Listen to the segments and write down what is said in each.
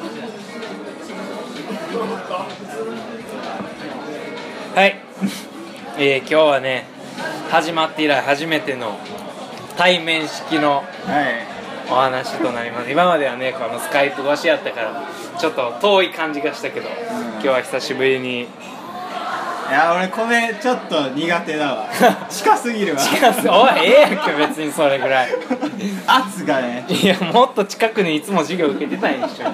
はい、 えー今日はね始まって以来初めての対面式のはい。お話となります今まではねこのスカイプ越しやったからちょっと遠い感じがしたけど、今日は久しぶりに いや、俺米ちょっと苦手 だわ。近すぎるわ。近すおいええやんけ別にそれぐらい圧がね。いやもっと近くにいつも授業受けてたんや一緒にほんま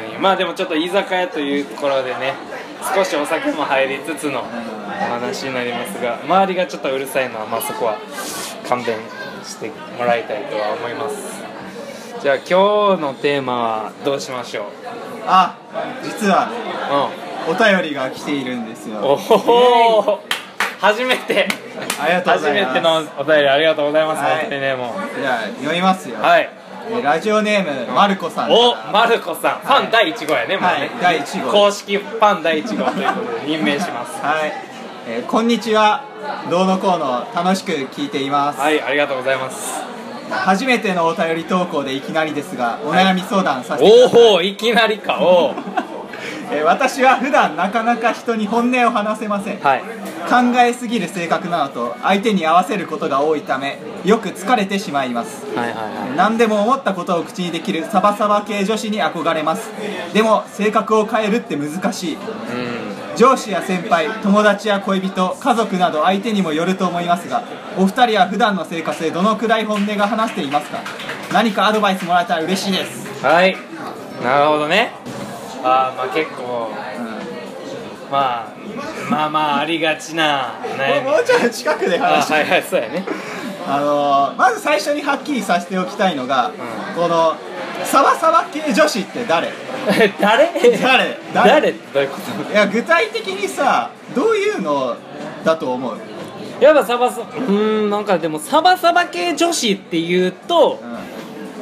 にまあでもちょっと居酒屋というところでね少しお酒も入りつつのお話になりますが周りがちょっとうるさいのはまあそこは勘弁してもらいたいとは思いますじゃあ今日のテーマはどうしましょうあ、実はうお便りが来ているんですよ。んおイエお初めてイありがとうご初ざいめます。てのお便りありがとうございます、はい本当にねもじゃあ読みますよ。うはいえラジオネームまるこさんから。おマルコさん、ファン第1号やね、もうはねい、第一号。公式ファン第1号ということで任命し ますはい。えーこんにちは。どうのこうの楽しく聞いています。はいありがとうございます初めてのお便り投稿でいきなりですが、お悩み相談させてください。おおいきなりかおお えー私は普段なかなか人に本音を話せません、はい考えすぎる性格なのと相手に合わせることが多いためよく疲れてしまいますはいは何でも思ったことを口にできるサバサバ系女子に憧れますでも性格を変えるって難しいいはいうん上司や先輩友達や恋人家族など相手にもよると思いますがお二人は普段の生活でどのくらい本音が話していますか何かアドバイスもらえたら嬉しいです、はいなるほどねあーまあ結構まあまあまあありがちな悩みもうちょっと近くであ話してはいはいそうやねあのーまず最初にはっきりさせておきたいのが、このサバサバ系女子って誰 誰誰誰ってどういうこといや具体的にさどういうのだと思う、やっぱサバサうーんなんかでもサバサバ系女子っていうと、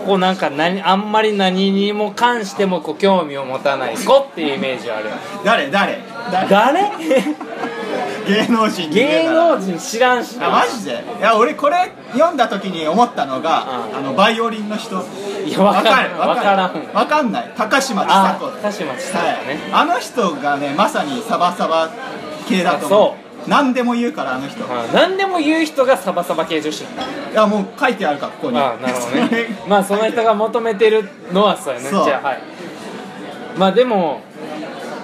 こうなんか何あんまり何にも関してもこう興味を持たない子っていうイメージはあるよ誰誰 誰誰芸能人に言え芸たら能人知らんしなあマジでいや俺これ読んだ時に思ったのが、うんあのバイオリンの人いやわかるわわからんわわかんない高嶋ちさあ子高嶋ちさは子いね、あの人がねまさにサバサバ系だと思う何でも言うからあの人、うん何でも言う人がサバサバ系女子いやもう書いてあるからここにあなるほどそね れ まあその人が求めてるのはそうやねじそうゃあはいまあでも、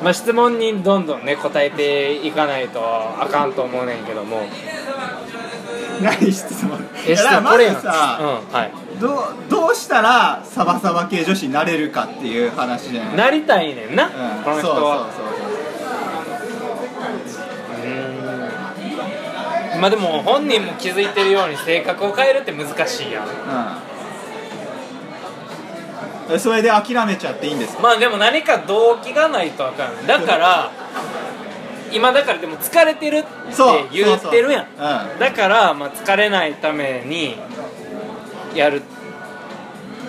まあ、質問にどんどんね答えていかないとあかんと思うねんけども何質問いえやだからこまれやずんさ、うんはいどうどうしたらサバサバ系女子になれるかっていう話じゃないなりたいねんな、うんこの人そうはそううーんまあでも本人も気づいてるように性格を変えるって難しいやんそううんえそれで諦めちゃっていいんですかまあでも何か動機がないとあかんだから今だからでも疲れてるってそう言ってるやんそうそううんだからまあ疲れないためにやる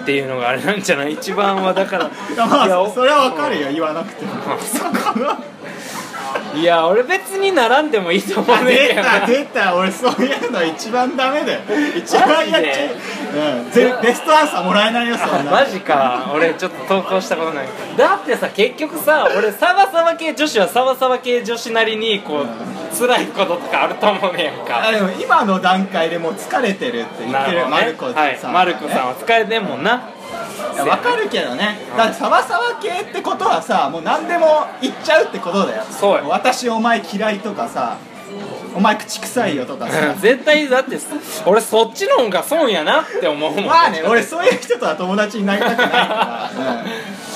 っていうのがあれなんじゃない一番はだから いやまあいやおそれはわかるよ言わなくてもあ いや俺別に並んでもいいと思うあね出んやた出た俺そういうの一番ダメだよ一番やっちゃう、うん、ぜベストアンサーもらえないよそんなマジか俺ちょっと投稿したことないだってさ結局さ俺サバサバ系女子はサバサバ系女子なりにこう辛いこととかあると思うねんやんあかでも今の段階でもう疲れてるって言ってるマルコさん、はいマルコさんんは疲れてんもんなわかるけどねだからサバサバ系ってことはさもう何でも言っちゃうってことだよそうよ私お前嫌いとかさお前口臭いよとかさ、 絶対だって俺そっちの方が損やなって思うもんまあね俺そういう人とは友達になりたくないから,、うん、だか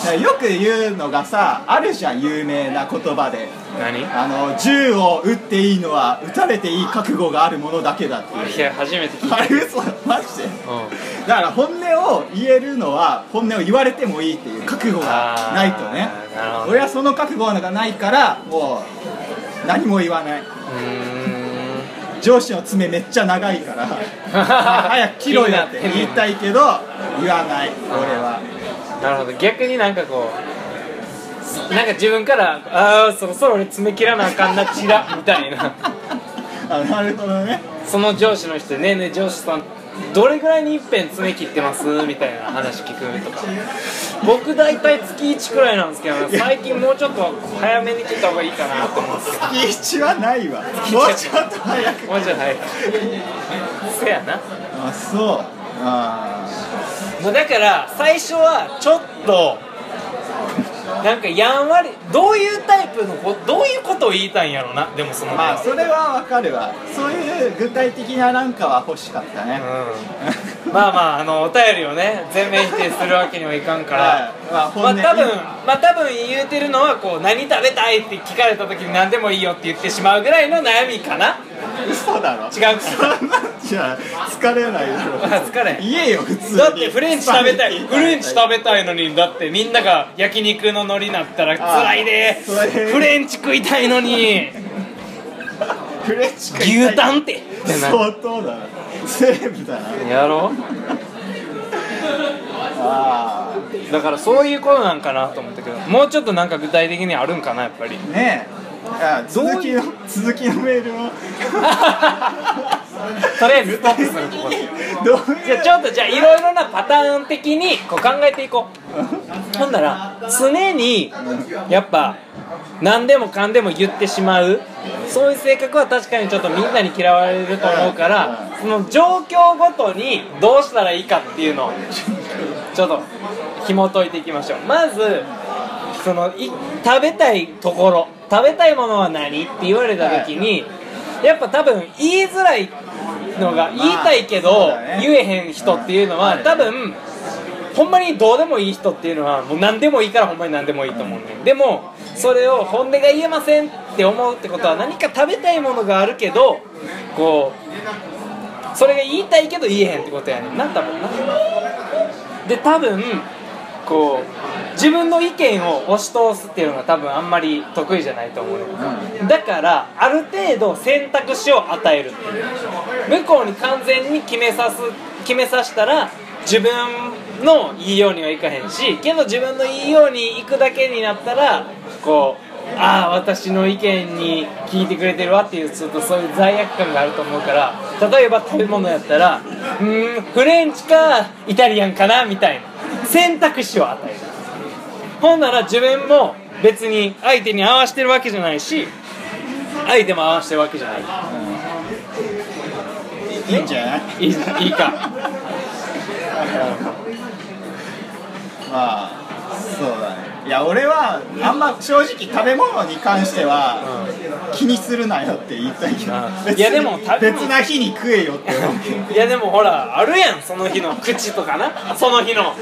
ら よく言うのがさあるじゃん有名な言葉で何いあの銃を撃っていいのは撃たれていい覚悟があるものだけだっていうや初めて聞いあたれ嘘マジでうんだから本音を言えるのは本音を言われてもいいっていう覚悟がないとねあーなるほど俺はその覚悟がないからもう何も言わないう上司の爪めっちゃ長いかーらん 早く切ろよって言いたいけど言わない俺はなるほど逆になんかこうなんか自分からああそろそろ俺爪切らなあかんなチラみたいなあなるほどねその上司の人ねえねえ上司さんどれぐらいに一遍爪切ってますみたいな話聞くとか僕大体月1くらいなんですけどね最近もうちょっと早めに切った方がいいかなと思うんですけど一はないわもうちょっと早くもうちょっと早いせやなあそうあもうだから最初はちょっとなんかやんわりどういうタイプのこどういうことを言いたいんやろなでもそのーまあそれはわかるわそういう具体的ななんかは欲しかったね、うん、まあまああのお便りをね全面否定するわけにはいかんから、はいまあ本ま音あ多分まあ多分言うてるのはこう何食べたいって聞かれた時に何でもいいよって言ってしまうぐらいの悩みかな 嘘だろ違うそんなんじゃ疲れないだろ疲れん言えよ普通にだってフレンチ食べたいフレンチ食べべたいのにだってみんなが焼肉の海苔になったら辛いであー辛いフレンチ食いたいのにフレンチ食いたい牛タンってってな相当だなセレブだなやろあだからそういうことなんかなと思ったけどもうちょっとなんか具体的にあるんかなやっぱりあねえあ続きの続きのメールを とりあえずストップするここでどういうじゃあちょっとじゃあいろいろなパターン的にこう考えていこうほんなら常にやっぱ何でもかんでも言ってしまうそういう性格は確かにちょっとみんなに嫌われると思うからその状況ごとにどうしたらいいかっていうのをちょっと紐解いていきましょうまずそのい食べたいところ食べたいものは何って言われた時に、やっぱ多分言いづらいのが、言いたいけそうど、だね言えへん人っていうのは、うん多分ほんまにどうでもいい人っていうのはもう何でもいいからほんまに何でもいいと思うねんでもそれを本音が言えませんって思うってことは何か食べたいものがあるけどこうそれが言いたいけど言えへんってことやねんな多分なで多分こう自分の意見を押し通すっていうのが多分あんまり得意じゃないと思うねんだからある程度選択肢を与える向こうに完全に決めさす決めさせたら自分のいいようにはいかへんしけど自分のいいようにいくだけになったらこうああ私の意見に聞いてくれてるわっていうちょっとそういう罪悪感があると思うから例えば食べ物やったらうーんフレンチかイタリアンかなみたいな選択肢を与えるほんなら自分も別に相手に合わせてるわけじゃないし相手も合わせてるわけじゃないいいんじゃないいいいいかまあそうだねいや俺はあんま正直食べ物に関しては気にするなよって言いたいけどうん別いにやでも食べ別物な日に食えよって思うけどいやでもほらあるやんその日の口とかなその日の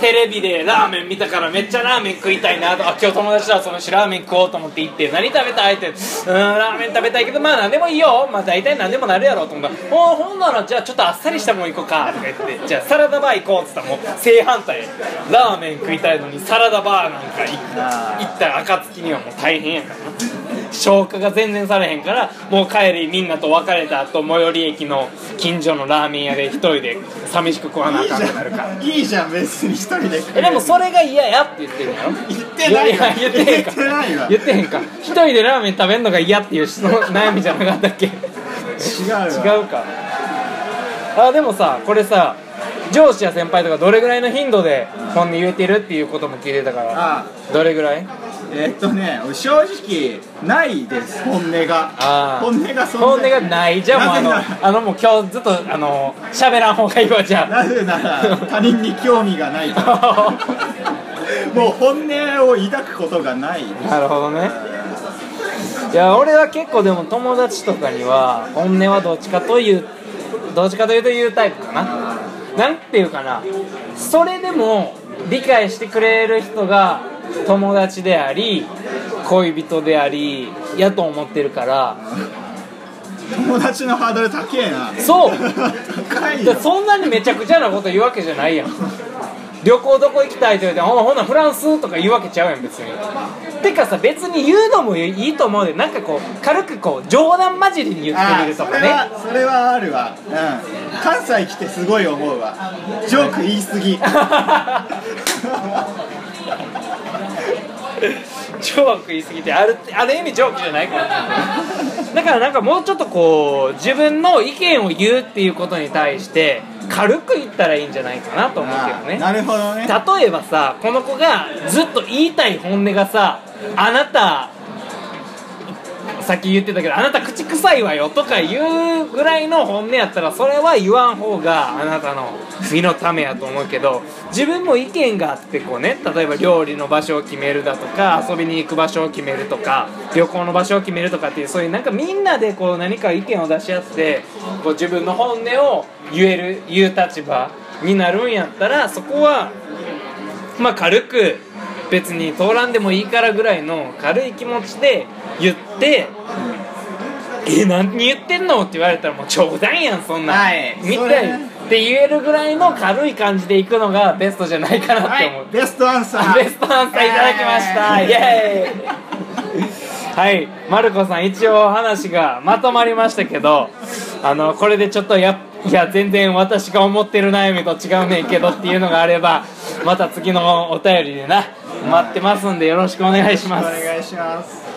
テレビでラーメン見たからめっちゃラーメン食いたいなとあ今日友達とはその日ラーメン食おうと思って行って何食べたいってうーんラーメン食べたいけどまあ何でもいいよまあ大体何でもなるやろうと思ったらおーほんならじゃあちょっとあっさりしたもん行こうかとか言ってじゃあサラダバー行こうっつったらもう正反対ラーメン食いたいのにサラダバーなんか行くあ行った暁にはもう大変やからな消化が全然されへんからもう帰りみんなと別れた後最寄り駅の近所のラーメン屋で一人で寂しく食わないあいじかんくなるかゃんいいじゃん別に一人で食え えでもそれれが嫌やって言ってるんやろ言ってないわやや言ってへん言ってないかわ言ってへんか一人でラーメン食べんのが嫌っていうその悩みじゃなかったっけ違違うわうかあでもさこれさ上司や先輩とかどれぐらいの頻度で本音言えてるっていうことも聞いてたからあどれぐらいえっとね俺正直ないです本音があー本音がそんな本音がないじゃあもうなあぜのなあのもう今日ずっとあの喋らん方がいいわじゃあなぜなら他人に興味が ないからもう本音を抱くことがないなるほどねいや俺は結構でも友達とかには本音はどっちかというどっちかというと言うタイプかななんていうかなそれでも理解してくれる人が友達であり恋人でありやと思ってるから友達のハードル高えなそう高いだ よからそんなにめちゃくちゃなこと言うわけじゃないやん旅行どこ行きたいと言うてほんほんならフランスとか言うわけちゃうやん別にてかさ別に言うのもいいと思うでなんかこう軽くこう冗談交じりに言ってあみーるとそかれねはそれはあるわ、うん、関西来てすごい思うわジョーク言い 過ぎジョーク言い過ぎてあるある意味ジョークじゃないからだからなんかもうちょっとこう自分の意見を言うっていうことに対して軽く言ったらいいんじゃないかなと思うけどねなるほどね例えばさこの子がずっと言いたい本音がさ「あなたさっき言ってたけどあなた口臭いわよ」とか言うぐらいの本音やったらそれは言わん方があなたの身のためやと思うけど自分も意見があってこうね例えば料理の場所を決めるだとか遊びに行く場所を決めるとか旅行の場所を決めるとかっていうそういうなんかみんなでこう何か意見を出し合ってこう自分の本音を言える言う立場になるんやったらそこはまあ、軽く別に通らんでもいいからぐらいの軽い気持ちで言って「え何言ってんの?」って言われたらもう冗談やんそんなん、はいみたそいれって言えるぐらいの軽い感じでいくのがベストじゃないかなって思う、ベストアンサーベストアンサーいただきました、はいイエーイはいマルコさん一応話がまとまりましたけどあのこれでちょっとやいや全然私が思ってる悩みと違うねんけどっていうのがあればまた次のお便りでな待ってますんでよろしくお願いしおます願いします